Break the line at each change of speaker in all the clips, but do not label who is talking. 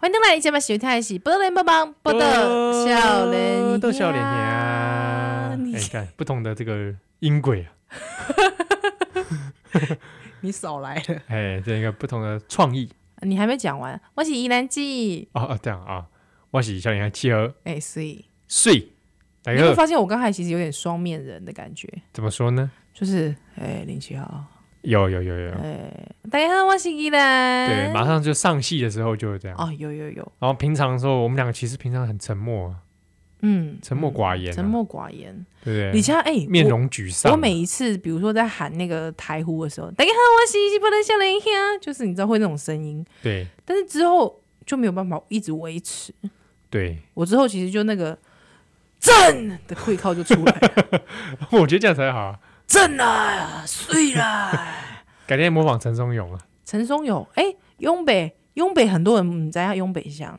欢迎登来，今晚收听的是《波多连帮帮》，波多笑脸，
都笑脸呀！
你
哎，看不同的这个音轨啊，
你少来了，
哎，这个不同的创意
你还没讲完。我是宜兰记，
啊啊，这样啊，我是笑脸啊，契合
哎、所以
睡，大
你会
哥
发现我刚才其实有点双面人的感觉，
怎么说呢？
就是哎、林奇豪，
有有有有，
哎、
有
大家好，我是宜兰，
对，马上就上戏的时候就是这样。
哎哦，有有有，
然后平常的时候，我们两个其实平常很沉默啊，
嗯，
沉默寡言啊，
沉默寡言，
对不
李
对？
奇豪，哎、
面
我
容沮丧啊。
我每一次，比如说在喊那个台呼的时候，大家好，我是西伯的笑脸呀，就是你知道会那种声音，
对
但是之后就没有办法一直维持。
对，
我之后其实就那个震的会靠就出来了，
我觉得这样才好啊。
震啦，碎啦。
改天模仿陈松勇啊，
陈松勇，哎、雍北，雍北很多人不知道雍北乡，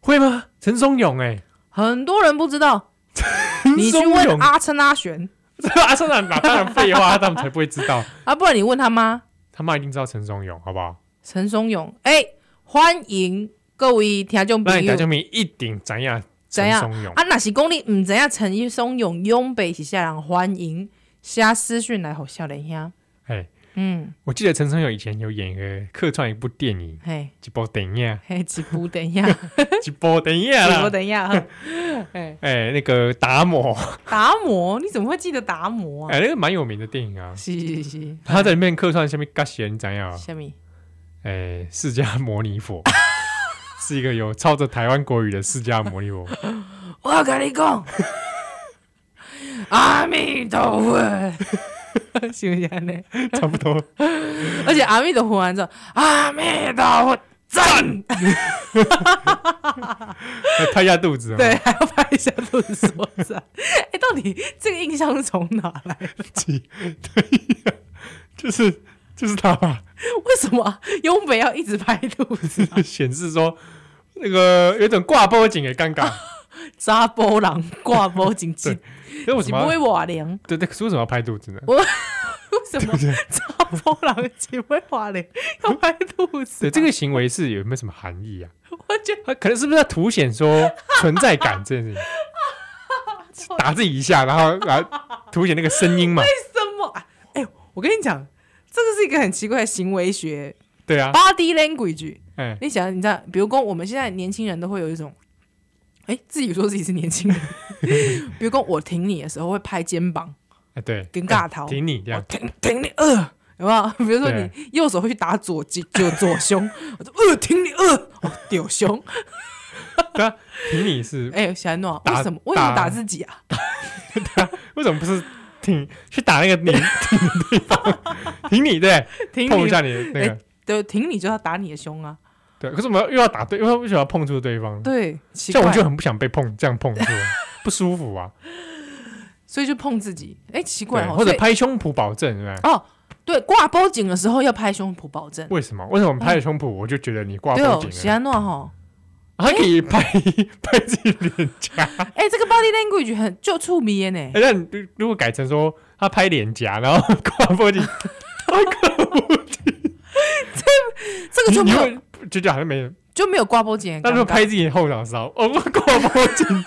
会吗？陈松勇哎，
很多人不知道，
陈
你去
松
问
勇
阿琛阿璇
阿胜长哪当然废话，他们才不会知道。
啊，不然你问他妈
他妈一定知道陈松勇，好不好？
陈松勇，哎、欢迎各位听众
那
朋
你打
友
球。迷一定怎样？
知
陈
影
松勇，
啊，若是讲你毋知影陈松勇永北是啥人，欢迎写私讯来互少年兄。
哎，
嗯，
我记得陈松勇以前有演一个客串一部电影，
嘿，
一部 电影，
嘿，一部等一下，一
一部电影啦
部。等一下，哎，
哎，那个达摩，
达摩，你怎么会记得达摩啊？
哎，那个蛮有名的电影啊。
是是是，
他在里面客串下面嘎贤怎样？啊
虾米？
哎，释迦牟尼佛 是一个有操着台湾国语的释迦牟尼 佛。
我跟你讲，阿弥陀佛，是不是安尼？
差不多。
而且阿弥陀佛完之后，阿弥陀佛赞，
还拍一下哎肚子，啊
对，，还要拍一下肚子说赞。哎、到底这个印象是从哪来？
对呀， 就是就是他吧，？
为什么雍北要一直拍肚子、啊
显示说那个有种挂波景的尴 尬，
扎波浪挂波紧紧，
那为什
紧
么
不会
要？
瓦凉？
对对，可是为什么要拍 肚子呢？
为什么 扎波浪紧不会瓦凉？要拍肚子、
对，这个行为是有没有什么含义啊？
我觉得
他可能是不是在凸显说存在感这件事 情？打自己一下，然后来凸显那个声音嘛？
什么？哎、我跟你讲，这个是一个很奇怪的行为学
对 啊，
，body language。
哎，
你想，你知道，比如说我们现在年轻人都会有一种，哎、自己说自己是年 轻人。比如说我挺你的时候会拍肩膀，
哎对，
跟尬头
哎挺你这
我
样，
挺挺你饿。有没有？比如说
对
你右手会去打左肩， 就左胸，我说呃，挺你饿，哦，丢胸，
对啊，挺你是
哎、小安诺，
打
为什么为什么
打
打自己啊？
为什么不是挺去打那个你 挺的地方？挺 你对，
挺
碰一
你
下你的那个
哎。对，挺你就要打你的胸啊，
对，可是我们又要打对，因为为什么要碰触对方？
对，奇
像
怪
我，就很不想被碰，这样碰触不舒 服啊。
所以就碰自己，哎、奇怪
对，
哦，所
或者
以
拍胸脯保证，对不对？
哦，对，挂脖颈的时候要拍胸脯保证，
为什么？为什么我们拍了胸脯，我就觉得你挂
嗯对
脖
哦
颈，啊
喜
了？
安诺哈，
还可以拍 拍自己脸颊。
哎、这个 body language 很就触迷耶呢，
哎那你如果改成说他拍脸颊，然后 挂脖颈，
这个
你
就没
你
有
会就就好像没人。
就没有挂脖颈的
那
尴尬，
如果拍自己的后脑勺，哦， 我挂脖颈，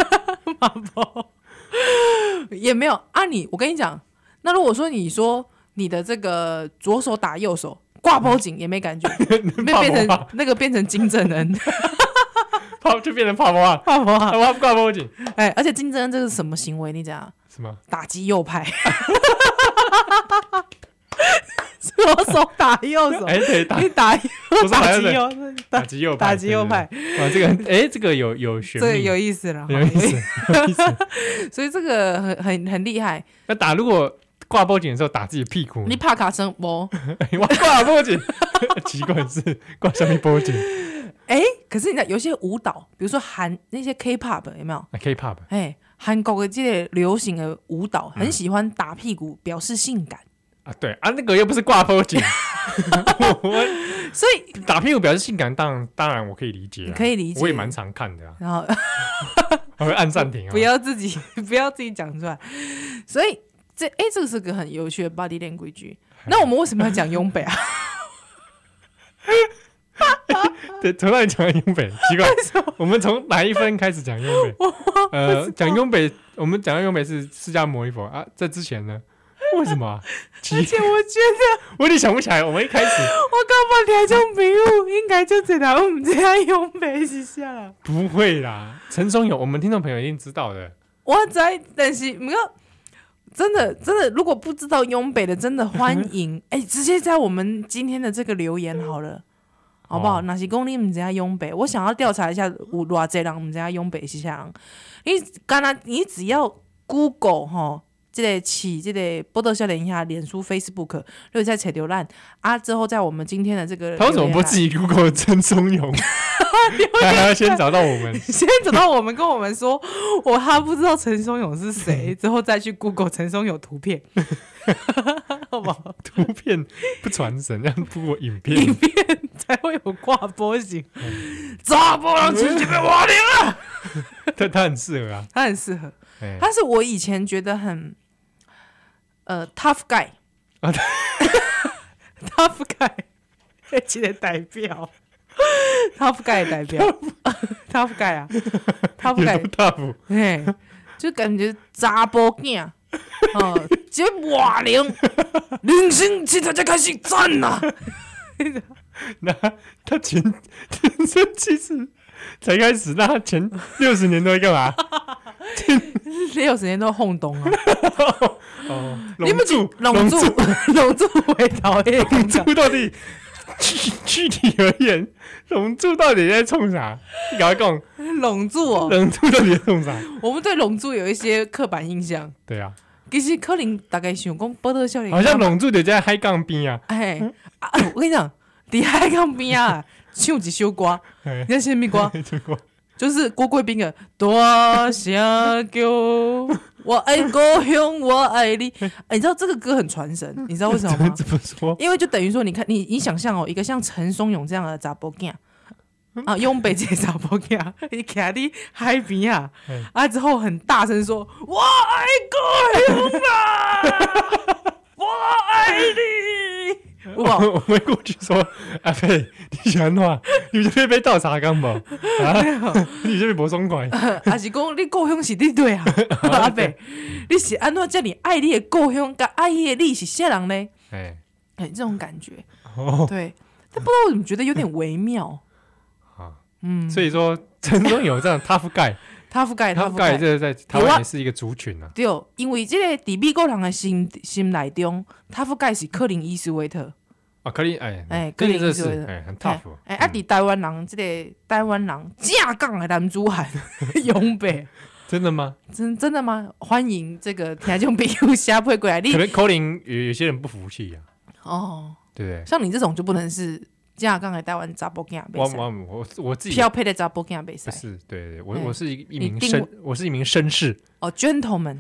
也没有啊你。我跟你讲，那如果说你说你的这个左手打右手挂脖颈也没感觉，没有
怕
变
不
成
怕？
那个变成金正恩，
怕就变成怕不怕？
好不
啊
好？
我挂脖颈
哎，而且金正恩这是什么行为？你讲
什么？
打击右派， 左手打右手，
哎，对，打
你 打右
我说
打
还
击
是
右
打
打
击右派
打击右派，，
对对对哇，这个很哎，这个有有学
这个
名，
有意思了，
有意思。
所以这个很很很厉害。
那打如果挂报警的时候打自己屁股，
你怕卡声不？
你哇挂报警， 奇怪是挂上面报警
哎，可是你知道有些舞蹈，比如说韩那些 K-pop 有没有？
啊，K-pop
哎，韩国的这个流行的舞蹈
嗯
很喜欢打屁股表示性感，
啊，对啊，那个又不是挂报警， 我
所以
打屁股表示性感，当然当然我可以理解啊，
你可以理解。
啊我也蛮常看的啊，
然后
还会按暂停 啊，
不 要自己不要自己讲出来，所以这哎这个是个很有趣的 body language。那我们为什么要讲雍北啊？
对，从哪里讲雍北？奇怪，我们从哪一分开始讲雍 北？呃，讲雍北，我们讲到雍北是释迦牟尼佛啊，在之前呢，为什么啊、
而
奇，
且我觉得，
我有点想不起来，我们一开
我
始
搞半听种朋友应该就知道我们这样用白是啥啦。
不会啦。陈松勇，我们听众朋友一定知道的。
我知，但是没有。真的，真的，如果不知道雍北的，真的欢迎 哎、直接在我们今天的这个留言好了，好不好？
哦
哪些公里们家雍北？我想要调查一下，有偌济人们家雍北是啥人？你刚才你只要 Google 吼，这个起这个波多笑脸一下，脸书、Facebook，如果在扯流烂啊，之后在我们今天的这个留言
他
栏，
为什么不自己 Google 陈 松勇？
啊
他还要先找到我们。
先等到我们跟我们说，我他不知道陈松勇是 谁，之后再去 Google 陈松勇图片，好不好？
图片不传神，让不过影
影
片。
片才会有挂波形。
嗯
查波人出去被我领了，
他他很适合啊，
他很适合，
哎、
他是我以前觉得很呃 tough guy
啊
tough guy，一个代表 tough guy 的代 表 tough guy 啊 tough
有
guy
多大不？
嘿，就感觉查甫囝， 哦，这外灵，人生现在才开始赞 呐、
那他前 人生其实才开始，那他前六十年都在干嘛？
哦六十年都轰动啊，
哦，
你
龙
们
柱，
拢 住
柱，
拢住回头 诶，
龙柱到底具具体而言，龙柱到底在冲啥？你赶快讲，
拢住哦，
龙柱到底在冲啥？
我们对龙住有一些刻板印象，
对啊，
其实柯林大概想讲波特少年，
好像龙柱得在海港边啊。
哎、啊，我跟你讲，伫海港边啊，唱一首歌，
哎
你知道什么歌？
结果
就是郭贵宾的“多想狗，我爱故乡，我爱你”哎，你知道这个歌很传神，你知道为什么 吗？
怎么说？
因为就等于说，你看，你你想象哦，一个像陈松勇这样的查甫囝啊，用北这个查甫囝， 你徛伫海边啊
嗯，
啊之后很大声说：“我爱故乡啊，我爱你。”
我
哇！
我会过去说：“阿佩，你喜欢话，你这边被倒茶干 嘛？啊， 你这边不爽快？
还是讲你故乡是你对 啊，阿伯，你是安怎遮尔爱你的故乡，甲爱你的你是啥人呢？
哎，
哎、这种感觉，
哦
对，但不知道我怎么觉得有点微妙。
啊，
嗯，
所以说陈忠有这样 tough guy，tough
他覆盖，他覆
guy
盖，
这个在台湾也是一个族群啊。
对，因为这个伫美国人的心心内中，他覆盖是克林伊斯威特，
啊，可以，哎
哎
可以，
柯林
这
就是是
哎很 tough，
哎、啊，
嗯
伫台湾人这个台湾人正港的男子汉 永北，
真的吗？
真真的吗？欢迎这个听众朋友下配过来，你
可能 Colin 有有些人不服气呀，
哦，
对不对？
像你这种就不能是正港的台湾查甫囝，
我
袂使，
我我我自己
漂配的查甫囝袂使，
不是，对对，我
哎
我是一一
你
名
定
绅，我是一名绅士，
哦，gentleman，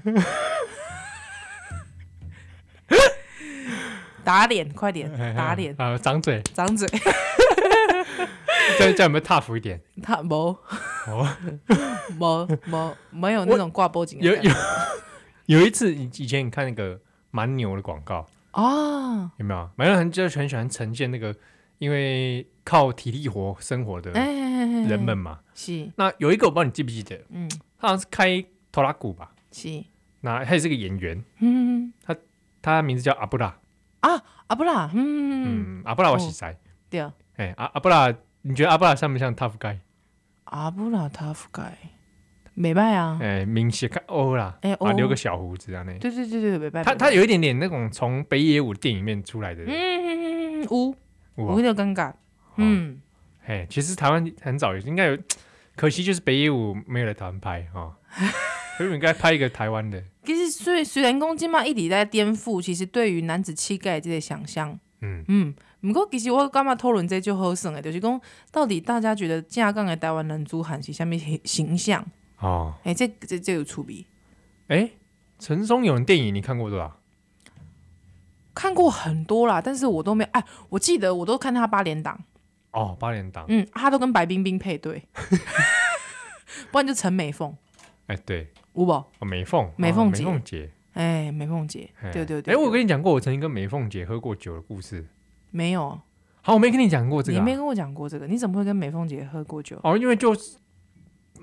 打脸，快点
哎哎
打脸，
啊，张嘴，
张嘴。
这样这样有没有 tough 一点？
他没
哦。
没没没有那种挂脖颈的
有
感觉
有 有一次，以以前你看那个蛮牛的广告，
啊，
有没有？蛮牛很就很喜欢呈现那个，因为靠体力活生活的
哎哎哎哎哎
人们嘛。
是
那有一个我不知道你记不记得，
嗯
他好像是开拖拉鼓吧？
是
那他也是个演员，
嗯
他名字叫阿布拉。
啊啊不啦嗯
嗯，阿布拉我喜塞。
对啊
哎，阿阿布拉，你觉得阿布拉像不像 Tough Guy？
啊不啦他覆盖没败啊，
哎，明显看欧啦，
哎
啊，
欧
留个小胡子啊那。
对对对对没败，
他
袂
他
歹
有一点点那种从北野武电影里面出来的，啊哦
嗯有
哇
有那个尴尬嗯
嘿，其实台湾很早应该有，可惜就是北野武没有来台湾拍哦哈，所以我应该拍一个台湾的，
其实虽虽然讲即嘛一直在颠覆，其实对于男子气概这个想象，
嗯
嗯，不过其实我感觉讨论这就好耍的，就是讲到底大家觉得正港的台湾男子汉是啥物形 象？
哦，
哎、这这这有趣味，
哎，陈松勇的电影你看过多少？
看过很多啦，但是我都没哎，我记得我都看他八连档，
哦，八连档，
嗯，他都跟白冰冰配对， 不然就陈美凤，
哎，对，
有无？
哦美凤，
美
哦
凤
美
姐
凤姐，
哎、美凤姐
嘿，
对对对
哎，我
对
跟你讲过我曾经跟美凤姐喝过酒的故事，
没有，
好，我没跟你讲过这个、
你
啊
没，跟我讲过这个，你怎么会跟美凤姐喝过酒？
哦，因为就是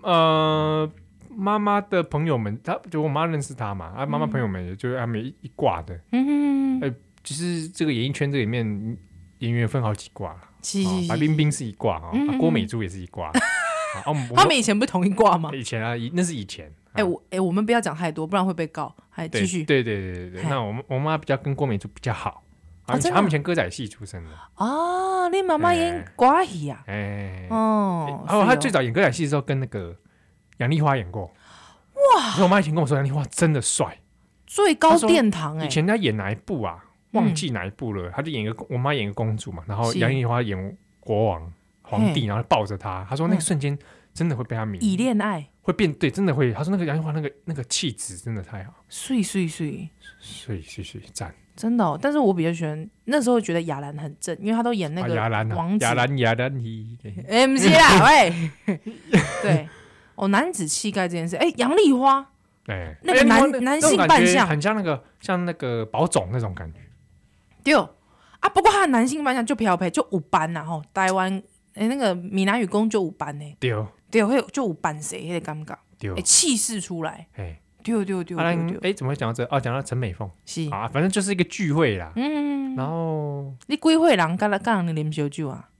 呃，妈妈的朋友们，她就我妈认识她嘛，啊，妈妈
嗯
朋友们也就是他们一一挂的，
嗯，
哎其实这个演艺圈这里面嗯演员分好几挂啦，
是
哦
是
白
是。
冰冰是一挂啊，
嗯
啊
嗯
郭
嗯
美珠也是一 挂，啊，我们我
他们以前不是同一挂吗？
以前啊，以那是以前，啊
哎、我哎、我们不要讲太多，不然会被告。还
对
继续
对对对对对，
嘿
那我们我妈比较跟郭美珠比较好，
哦
啊，
真的
他们以前歌仔戏出身的，
啊！你妈妈演
哎
瓜戏啊？
哎，
哦，
哦，
是
他最早演歌仔戏的时候跟那个杨丽花演过。哇！我妈以前跟我说杨丽花真的帅，
最
她
高
说
殿堂哎、嗯
以前她演哪一部啊？忘记哪一部了。她就演一个，我妈演一个公主嘛，然后
是
杨丽花演国王皇帝，然后抱着她，她说那个
嗯
瞬间真的会被她迷，
以恋爱，
会变对，真的会。她说那个杨丽花那个那个气质真的太好，
碎碎碎，
所以所以所以赞。
真的、哦。但是我比较喜欢那时候觉得雅兰很正，因为她都演那
啊
个
雅兰啊
王子
雅兰雅兰你，对
哎、不 是啦，喂，对，哦，男子气概这件事，哎、杨丽花，
哎，
那个
哎
男
我那
男
那种
性
感
扮
觉
相
很像那个像那个宝总那种感觉。
对啊，不过他的男性扮相就漂配，就五班呐、吼，台湾哎、那个闽南语公就五班呢、
对
对，会有就五班谁那个尴尬，
对
哎、，气势出来，
哎。
对对对
啊，
对对，
哎，怎么会讲到这？哦，讲到陈美凤
是，
啊，反正就是一个聚会啦。
嗯，
然后，
你几岁人干了干人啉烧酒啊？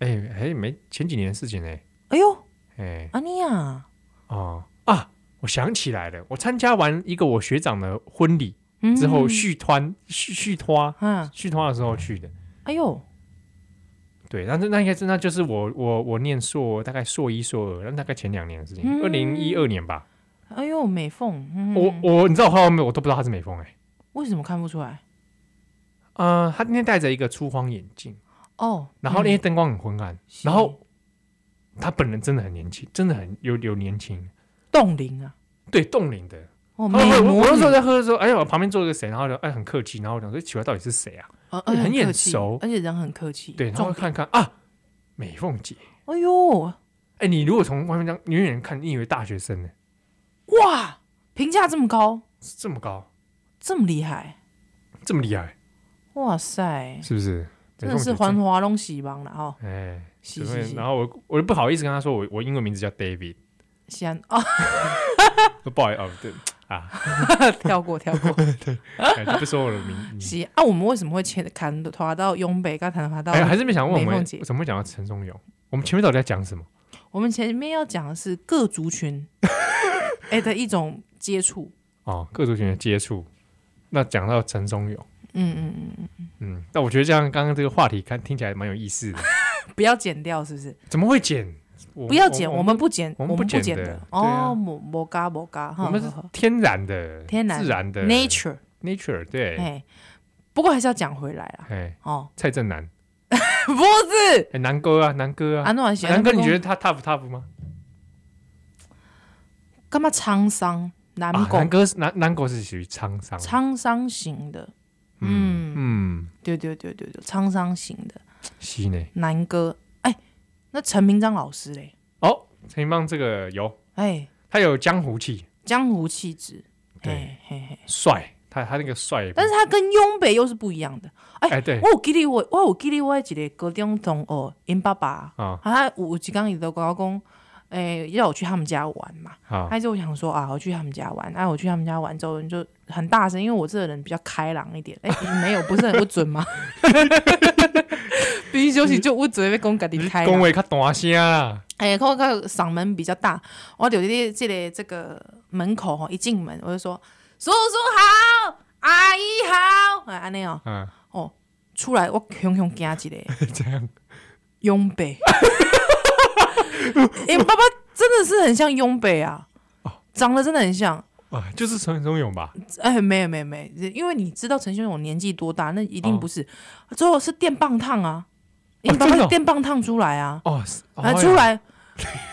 哎哎，没前几年的事情哎
哎呦，
哎
安尼啊，
哦啊，我想起来了，我参加完一个我学长的婚礼
嗯
之后，续团续续拖
啊，
续拖的时候去的。
哎呦，
对，那那那应该是那就是我我我念硕大概硕一硕二，那大概前两年的事情，
嗯
二零一二年吧。
哎呦，美凤，嗯、
我我你知道我后来没有，我都不知道她是美凤哎。
为什么看不出来？
呃，她那天戴着一个粗框眼镜，
哦，
然后
嗯
那些灯光很昏暗，
是
然后他本人真的很年轻，真的很有有年轻，
冻龄啊，
对冻龄的。
哦，
他
美
会我我
魔
那时候
女，
在喝的时候，哎呦，我旁边坐了个谁，然后就哎很客气，然后我想说奇怪到底是谁啊？
呃
很
而且
眼
客气
熟
而且人很客气。
对，然后
重
看看啊，美凤姐，
哎呦，
哎，你如果从外面这样远远看，你以为大学生呢，
哇，评价这么高，
这么高，
这么厉害，
这么厉害，
哇塞，
是不是？
真的是
美凤
环
姐
华拢喜帮了哦，
真哎，
喜喜喜
然后我我就不好意思跟他说，我我英文名字叫 David，
喜安哦，
不好意思，哦对啊，
跳过跳过，
哎就不说我的名 名字。
喜啊，我们为什么会牵砍拖到雍北，跟谈滑到？
哎，还是没想问我
美
们
凤姐
怎么会讲到陈松勇？我们前面到底在讲什么？
我们前面要讲的是各族 群哎的一种接触，
哦，各族群的接触。那讲到陈松勇，
嗯嗯嗯嗯，
嗯，那我觉得这样刚刚这个话题看听起来蛮有意思的，
不要剪掉是不是？
怎么会剪？我
不要剪，我
我
们不剪，
我
我
们
们
不
不
剪
剪
的
的
对啊
哦，摩摩嘎摩嘎，
我
哈
们是
哈哈
哦天然的、
天然
自然的
nature，
nature 对，
哎，不过还是要讲回来啦，
哎，
哦，
蔡正 南，
不是
哎，南哥啊，南哥
啊，
啊，
诺还喜欢
南哥，你觉得他 tough tough 吗？
干嘛沧桑南
啊，
狗
南哥是南南哥是属于沧桑，
沧桑型的，
嗯
嗯
嗯，
对对对对对，沧桑型的
西呢？
南哥，哎，那陈明章老师嘞，
哦，陈一邦这个有，
哎，
他有江湖气，
江湖气质，
对
嘿嘿嘿，
帅，他他那个帅，
但是他跟雍北又是不一样的。
哎对
我有记得我，我有记得我的一个高中同学，哦因爸爸，
啊
啊，他有一天伊都跟我讲，诶、要我去他们家玩嘛。
啊
他就我想说啊，我去他们家玩，啊，我去他们家玩之后你就很大声，因为我这个人比较开朗一点。哎、没有，不是很不准 吗？必须休息就我只会讲家己开
恭
朗，
维他大声啦，
哎，看我看我嗓门比较大，我就在这个这个门口吼，一进门我就说叔叔好，阿姨好，哎，安尼哦，
嗯。
出来我熊熊惊一个。
这样
雍北。 哎、爸爸真的是很像雍北啊，
哦
长得真的很像。
啊，就是陈松勇吧？
哎，没有没有没有，因为你知道陈秀勇年纪多大，那一定不是。最后是电棒烫啊，你
哦
爸
真的
爸
哦
电棒烫出来啊，
哦，是
啊、出，来，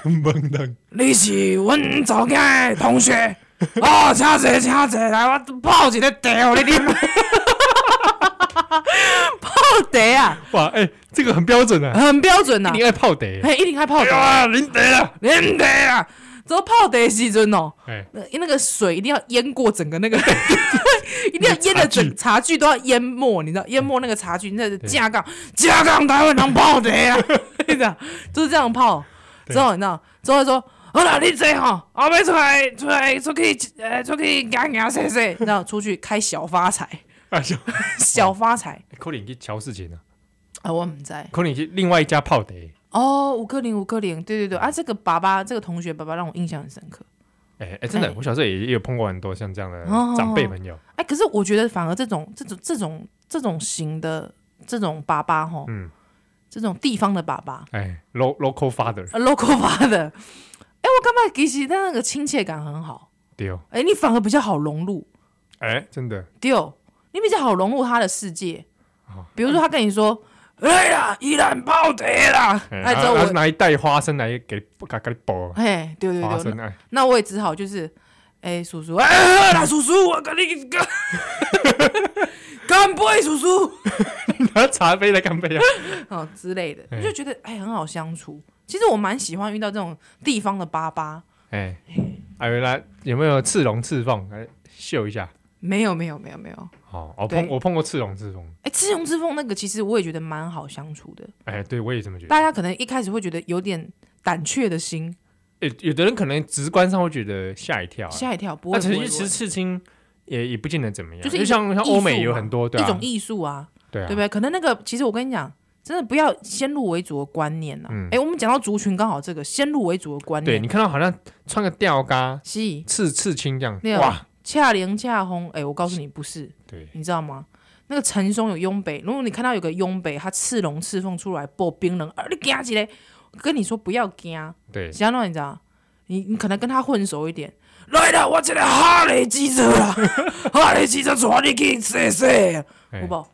懵的，
你是阮早间的同 学。哦，车子车子，来我泡一个茶，你啉。 泡茶啊，
哇，哎、这个很标准啊，
很标准呐、啊
你。爱泡得，
哎嘿，一定爱泡茶。
哇，林得了，
恁爹啊，之后泡的时阵哦，
哎，
呃那个水一定要淹过整个那个， 一定要淹的整茶具都要淹没，你知道淹没那个茶具，那是
对
架杠架杠台湾能泡的呀， 你知道就是这样泡。
对
之后你知道，之后说好了，你这吼，后面出来出来出去呃出去干干谁谁，你知道出去开小发财，
哎呦，
小发财
可哎能去乔事情啊，
啊，我唔知道
可能去另外一家泡茶，
哦，五克零五克零，对对对啊，这个爸爸这个同学爸爸让我印象很深刻。
哎哎，真的
哎，
我小时候也也有碰过很多像这样的
哦
长辈朋友，
哎，可是我觉得反而这种这种这种这种型的这种爸爸哈，
嗯，
这种地方的爸爸
哎，lo local father，
呃，local father，哎，我干嘛其实他那个亲切感很好，
对哦，
哎，你反而比较好融入，
哎，真的，
对哦，你比较好融入他的世界
哦。
比如说他跟你说，哎呀，依然泡茶啦，
哎
哎，之后
然后
我，
拿一袋花生来给给给你剥
哎，对对
花
对，
生，哎，
那我也只好就是，哎、叔叔，哎、欸，啦，叔叔，我跟你干， 干杯，叔叔，
拿茶杯来干杯啊，
哦之类的，
哎
我就觉得哎、很好相处。其实我蛮喜欢遇到这种地方的爸爸。
哎，哎，来有没有刺龙刺凤来秀一下？
没有，没有，没有，没有。
哦，我
对
碰我碰过刺龙刺凤，
哎、雌雄之凤那个，其实我也觉得蛮好相处的。
哎，对我也这么觉得。
大家可能一开始会觉得有点胆怯的心，
有有的人可能直观上会觉得吓一跳、啊，
吓一跳，不会。
那其
不
实
会
其实
不会
刺青也也不见得怎么样，
就是一
就像像
艺术
欧美
嘛
有很多对
一
啊
种，艺术啊，
对啊，
对不对？可能那个，其实我跟你讲，真的不要先入为主的观念啊。哎、
嗯
我们讲到族群，刚好这个先入为主的观
对？
念
你，看到好像穿个吊嘎
是
刺刺青这样
没，有
哇，
恰零恰轰，哎、我告诉你不是，
对，
你知道吗？那个陈松有雍北，如果你看到有个雍北，他刺龙刺凤出来，爆冰冷，啊，你惊起来，我跟你说不要惊，
对，
其他你知道，你你可能跟他混熟一点。来了，我这个哈雷机车啦， 哈雷机车抓你去试试，
哎
好不好？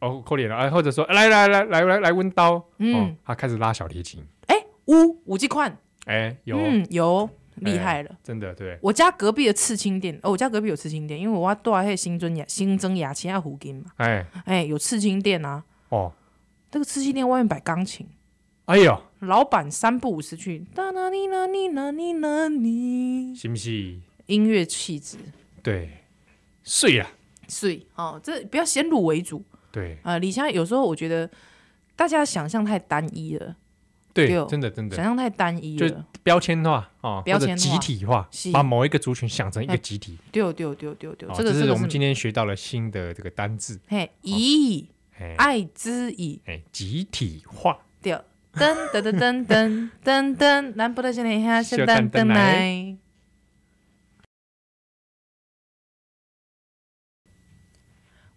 哦，可怜了，哎，或者说哎来来来来来来温刀，
嗯
哦，他开始拉小提琴，
哎，五五 G 款，
哎，有
嗯，有厉害了。
真的对，
我家隔壁的刺青店，哦，我家隔壁有刺青店，因为我要住迄新增牙新增牙签啊附近嘛，
哎，
哎，有刺青店啊，
哦，
这个刺青店外面摆钢琴，
哎呦，
老板三不五时去，哒啦哩啦哩啦哩啦哩，
是不是？
音乐气质
对，睡啊，
碎哦，这不要先入为主
对
啊、呃。李湘有时候我觉得大家想象太单一了，对
对
哦，
真的真的
想，象太单一
就
了，
标签化哦，
标
或
签化
者集体化
是，
把某一个族群想成一
哎
个集体。
丢丢丢丢丢，
哦
这个
这
这
是
个
我们
是
今天学到了新的这个单字，
嘿，以
哎
爱之以
哎，集体化，
丢。噔噔噔噔噔噔噔，南部的小林下圣
小
诞
蛋
灯
蛋
来。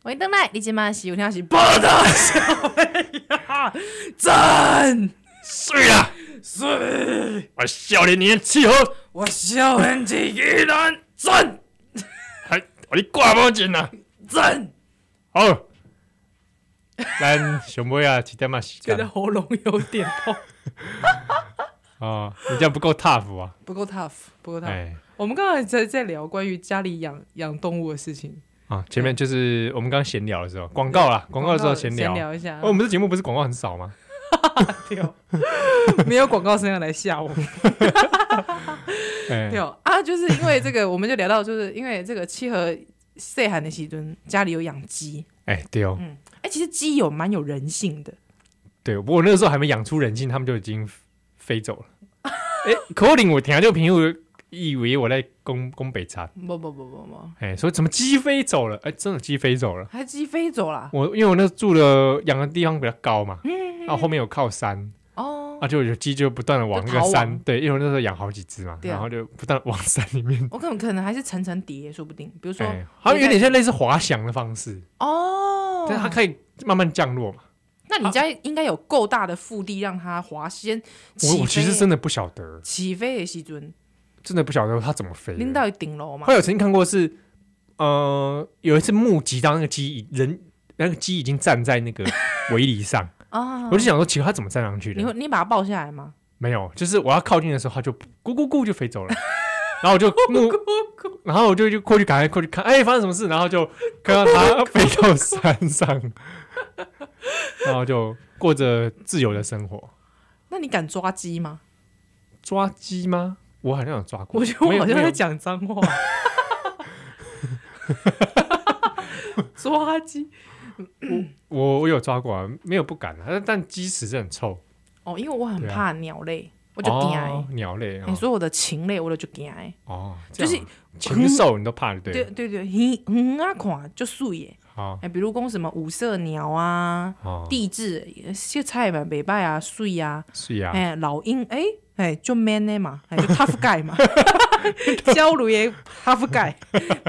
喂，灯来，你今晚是有听是报道小呀，真
睡啦！
是
啊我少年年气候，
我小人之依然真
还哎我你挂包紧啦！
真，
好，咱熊妹啊，几点嘛时
觉
间
得喉咙有点痛，
啊？你这样不够 tough 啊！
不够 tough，不够 tough。
哎
我们刚才在在聊关于家里养养动物的事情，
啊，前面就是我们刚刚闲聊的时候，广告啦，广告的时候闲聊。
一下
哦，我们这节目不是广告很少吗？
对哦，没有广告声要来吓我。
哎
对，哦啊，就是因为这个，我们就聊到，就是因为这个七和岁寒的西尊家里有养鸡，
哎，对哦，
嗯，哎、其实鸡有蛮有人性的，
对，我那个时候还没养出人性，他们就已经飞走了。哎，可能我听就朋友以为我在攻攻北茶
不不不不不，
哎，说怎么鸡飞走了？哎，真的鸡飞走了。
还鸡飞走啦，
我因为我那住的养的地方比较高嘛，然后后面有靠山，
嗯哦，
啊，就有鸡就不断的往那
就
个
逃
山
亡，
对，因为我那时候养好几只嘛，
对啊
然后就不断地往山里面，
我可能可能还是层层叠，说不定，比如说、
哎，好像有点像类似滑翔的方式，
哦，
但它可以慢慢降落嘛。
那你家应该有够大的腹地让它滑，先起飞
我我其实真的不晓得，
起飞的西尊
真的不晓得它怎么飞的。
拎到顶楼嘛
后，来我曾经看过是，呃，有一次目击到那个鸡已人那个鸡已经站在 那个围篱上，
啊，
我就想说奇怪它怎么站上去
你
的？
会你把它抱下来吗？
没有，就是我要靠近的时候，它就咕咕咕就 飞走了。然后我就目，然后我就就过去赶快过去看，哎、发生什么事？然后就看到它飞到山上， 然后就过着自由的生活。
那你敢抓鸡吗？
抓鸡吗？我好像有抓过，
我觉得我
也
好像
没有
在讲脏话。 抓鸡
我我有抓过啊，没有不敢啊，但但鸡屎是很臭，
哦，因为我很
对啊
怕鸟类，我
我
就惊
哦
哎、、
鸟类啊、
你说我的禽类，我就就惊哎。
哦，
就
这样啊禽兽你都怕对
对
了？
对对，鱼鱼啊看就水耶。
好
哎，比如讲什么五色鸟啊、
哦，
地质、些菜嘛、北拜啊、水啊，
是呀、
哎、老鹰哎哎就 man 的嘛，哎就 tough guy 嘛， 焦炉也 tough guy，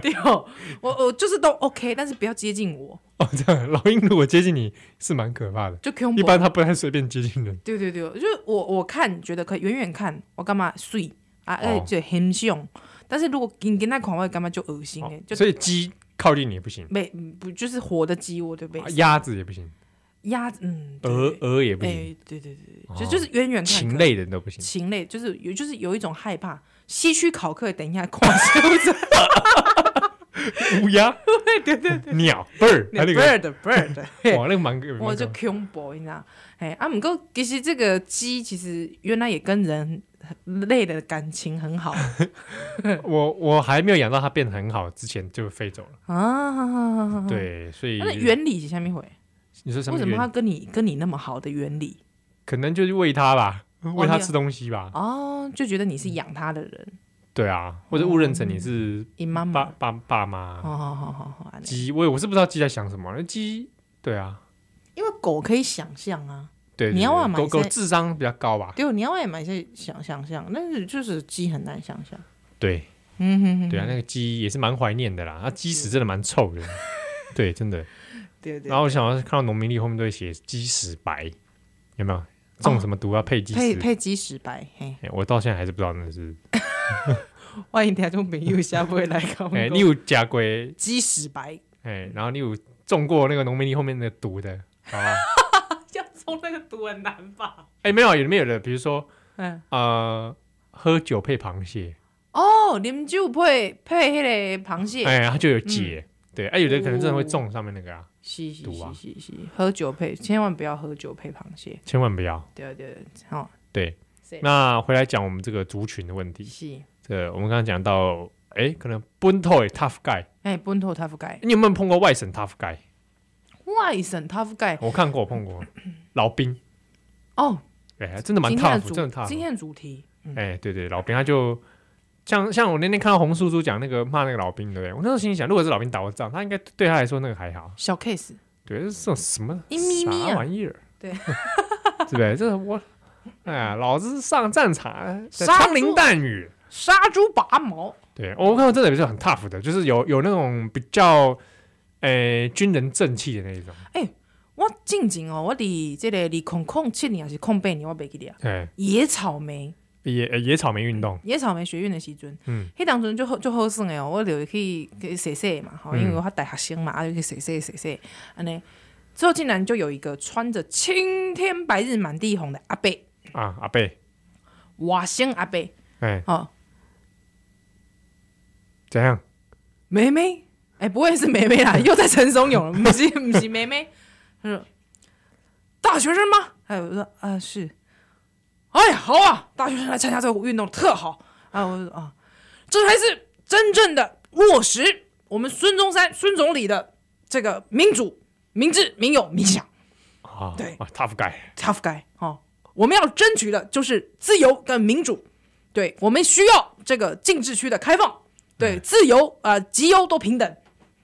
对哦，我我就是都 OK，但是不要接近我，
哦，这样老鹰如果接近你是蛮可怕的，
就 Q
一般它不太随便接近人。
对对对，就是我我看觉得可以远远看，我干嘛水啊？哎、
哦
就很凶。但是如果你跟他狂我干嘛就恶心哎、
哦
就
所以鸡靠近你也不行，
没嗯不就是活的鸡窝对不
啊
对？
鸭子也不行，
鸭子嗯，对
鹅
对
鹅也不
对哎、
行，
对对对，
哦
对就就是远远看
禽
可以
类的都不行。
禽类就是有就是有一种害怕。西区考克，等一下狂修着
乌 鸦，对对对，鸟 bird，还有那个，
bird bird，嘿
哇，那个蛮蛮
我就
可
恐怖，你知道？哎，啊，不过其实这个鸡其实原来也跟人类的感情很好
我我还没有养到它变得很好之前就飞走了。
啊。，
对，所以
那原理是下面回。
你说什
为
么
什么他
原？
跟你跟你那么好的原理
可能就是喂它吧，喂它
你有
吃东西吧。
哦，就觉得你是养他的人，
对
哦
啊，或者误认成你是
你妈
爸
妈。
爸爸
好
妈啊
好好好好，安内
鸡，我也我是不知道鸡在想什么。那鸡，对啊，
因为狗可以想象啊，
对，对
你要
对
啊嘛
狗
你现
狗
在
智商比较高吧？
对，你要也蛮些想想象，但是就是鸡很难想象。
对
嗯哼哼，
对啊，那个鸡也是蛮怀念的啦。那鸡屎真的蛮臭的， 对，真的。
对对
然，后我想要看到农民历后面都会写鸡屎白，有没有？中什么毒啊？配鸡
哦配
屎
配鸡屎白，嘿，
欸我到现在还是不知道那是。
欢迎听众朋友下回来看
哎、
我
你
们。
有加过哎、
鸡屎白
然后你有中过那个农民历后面的毒的，好吧？
要中那个毒很难吧？
哎、没有，有里面有的，比如说
嗯，
呃，喝酒配螃蟹，
哦，啉酒配配那个螃蟹，嗯哦
哎、它就有解。对，哎、有的可能真的会中上面那个啊，
是是
毒啊
是是是，喝酒配千万不要喝酒配螃蟹，
千万不要。
对对对，好，
对，
是
那回来讲我们这个族群的问题，
是。
这个我们刚刚讲到，哎、可能 Buntoy Tough Guy，
哎，本土 tough guy，
你有没有碰过外省 Tough Guy？
外省 tough guy，
我看过，我碰过老兵，
哦，
哎、真的蛮
今天的
tough，
主
真的 tough。
今天的主题，嗯
哎、对对，老兵他就像像我那天看到洪叔叔讲那个骂那个老兵，对不对？我那时候心里想，如果是老兵打过仗，他应该对他来说那个还好，
小 case，
对，这是什么
一咪咪啊
啥玩意儿？
对
对不对？这是我哎呀，老子上战场，
杀
枪林
猪
弹雨。
杀猪拔毛，
对，我看到真的有是很 tough 的，就是有有那种比较。诶，军人正气的那一种，
我进前哦，我伫这个二空空七年还是空八年，我袂记得啊。
哎，
野草莓，
野呃野草莓运动，
野草莓学院的时阵，
嗯
迄当阵就好就好耍的哦，我就去去洗洗嘛，吼，
嗯
因为我大学生嘛，啊就去洗洗洗洗，安尼。之后竟然就有一个穿着青天白日满地红的阿伯，
啊，阿贝，
瓦星阿伯，
哎，
哦，
怎样？
妹妹，哎、不会是妹妹啦，又在陈松勇了，不是不是妹妹，他说大学生吗？哎，我说啊、是，哎好啊，大学生来参加这个运动特好啊，我说啊，这才是真正的落实我们孙中山孙总理的这个民主、民治、民有、民享
啊，
对
哇，tough guy，
，tough guy 哦，我们要争取的就是自由跟民主，对我们需要这个禁制区的开放，对自由啊、呃集优都平等。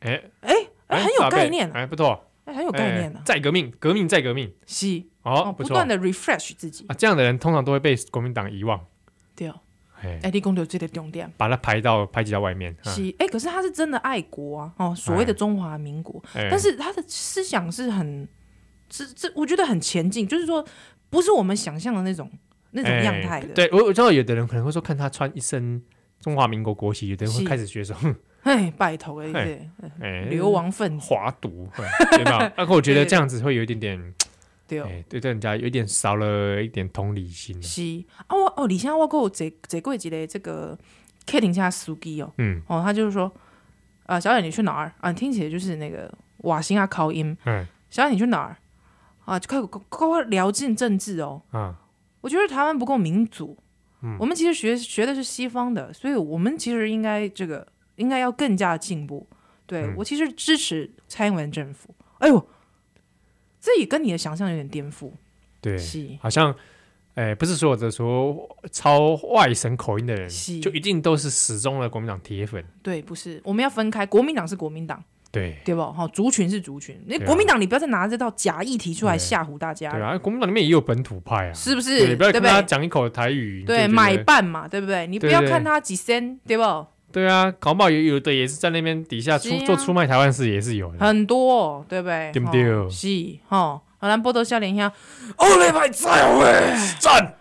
哎，
哎、哎
哎
很有
阿贝
概念啊，
哎，不错，
哎、很有概念啊
哎，再革命，革命再革命，
是
哦，
不
错
断的 refresh 自己，
啊，这样的人通常都会被国民党遗忘，
对哦，
哎，
哎，你讲到这个重点。
把他排到排挤到外面，啊
是，哎、可是他是真的爱国啊，哦，所谓的中华民国，
哎
但是他的思想是很，这这我觉得很前进，就是说不是我们想象的那种那种样态
哎
的，
对我我知道有的人可能会说，看他穿一身中华民国国旗，有的人会
是
开始学说，哼
哎、拜托哎、对，
哎，
流亡分子，
华独，哼 对吧？那我觉得这样子会有一点点，
对哦，
哎，对对人家有一点少了一点同理心啊，
是啊，我哦，李现我跟我坐坐过一个这个 K 停下司机哦，
嗯
哦，他就是说，啊、小野你去哪儿啊？你听起来就是那个瓦辛亚考音，
嗯
小野你去哪儿啊？就开始跟跟我聊进政治哦。
啊，
我觉得台湾不够民主，
嗯
我们其实学学的是西方的，所以我们其实应该这个应该要更加进步。对、
嗯
我其实支持蔡英文政府。哎呦，这也跟你的想象有点颠覆。
对，
是
好像，哎、不是所有的说超外省口音的人
是，
就一定都是始终的国民党铁粉。
对，不是我们要分开，国民党是国民党，
对，
对吧？哈，族群是族群，那
对啊
国民党你不要再拿这套假议题出来
对
吓唬大家
对，啊，国民党里面也有本土派啊，
是不
对，
是？
不要
对
跟
不
他
对？
讲一口台语，
对，
你就觉得
买办嘛，对不对？你不
对
要
对
看他几仙，对不？
对啊，搞不好有有的也是在那边底下出、
是啊
做出卖台湾事也是有的，
很多、哦，对不对？
对不对哦
吼是吼，好，咱报道少年兄，欧雷派菜喂，
赞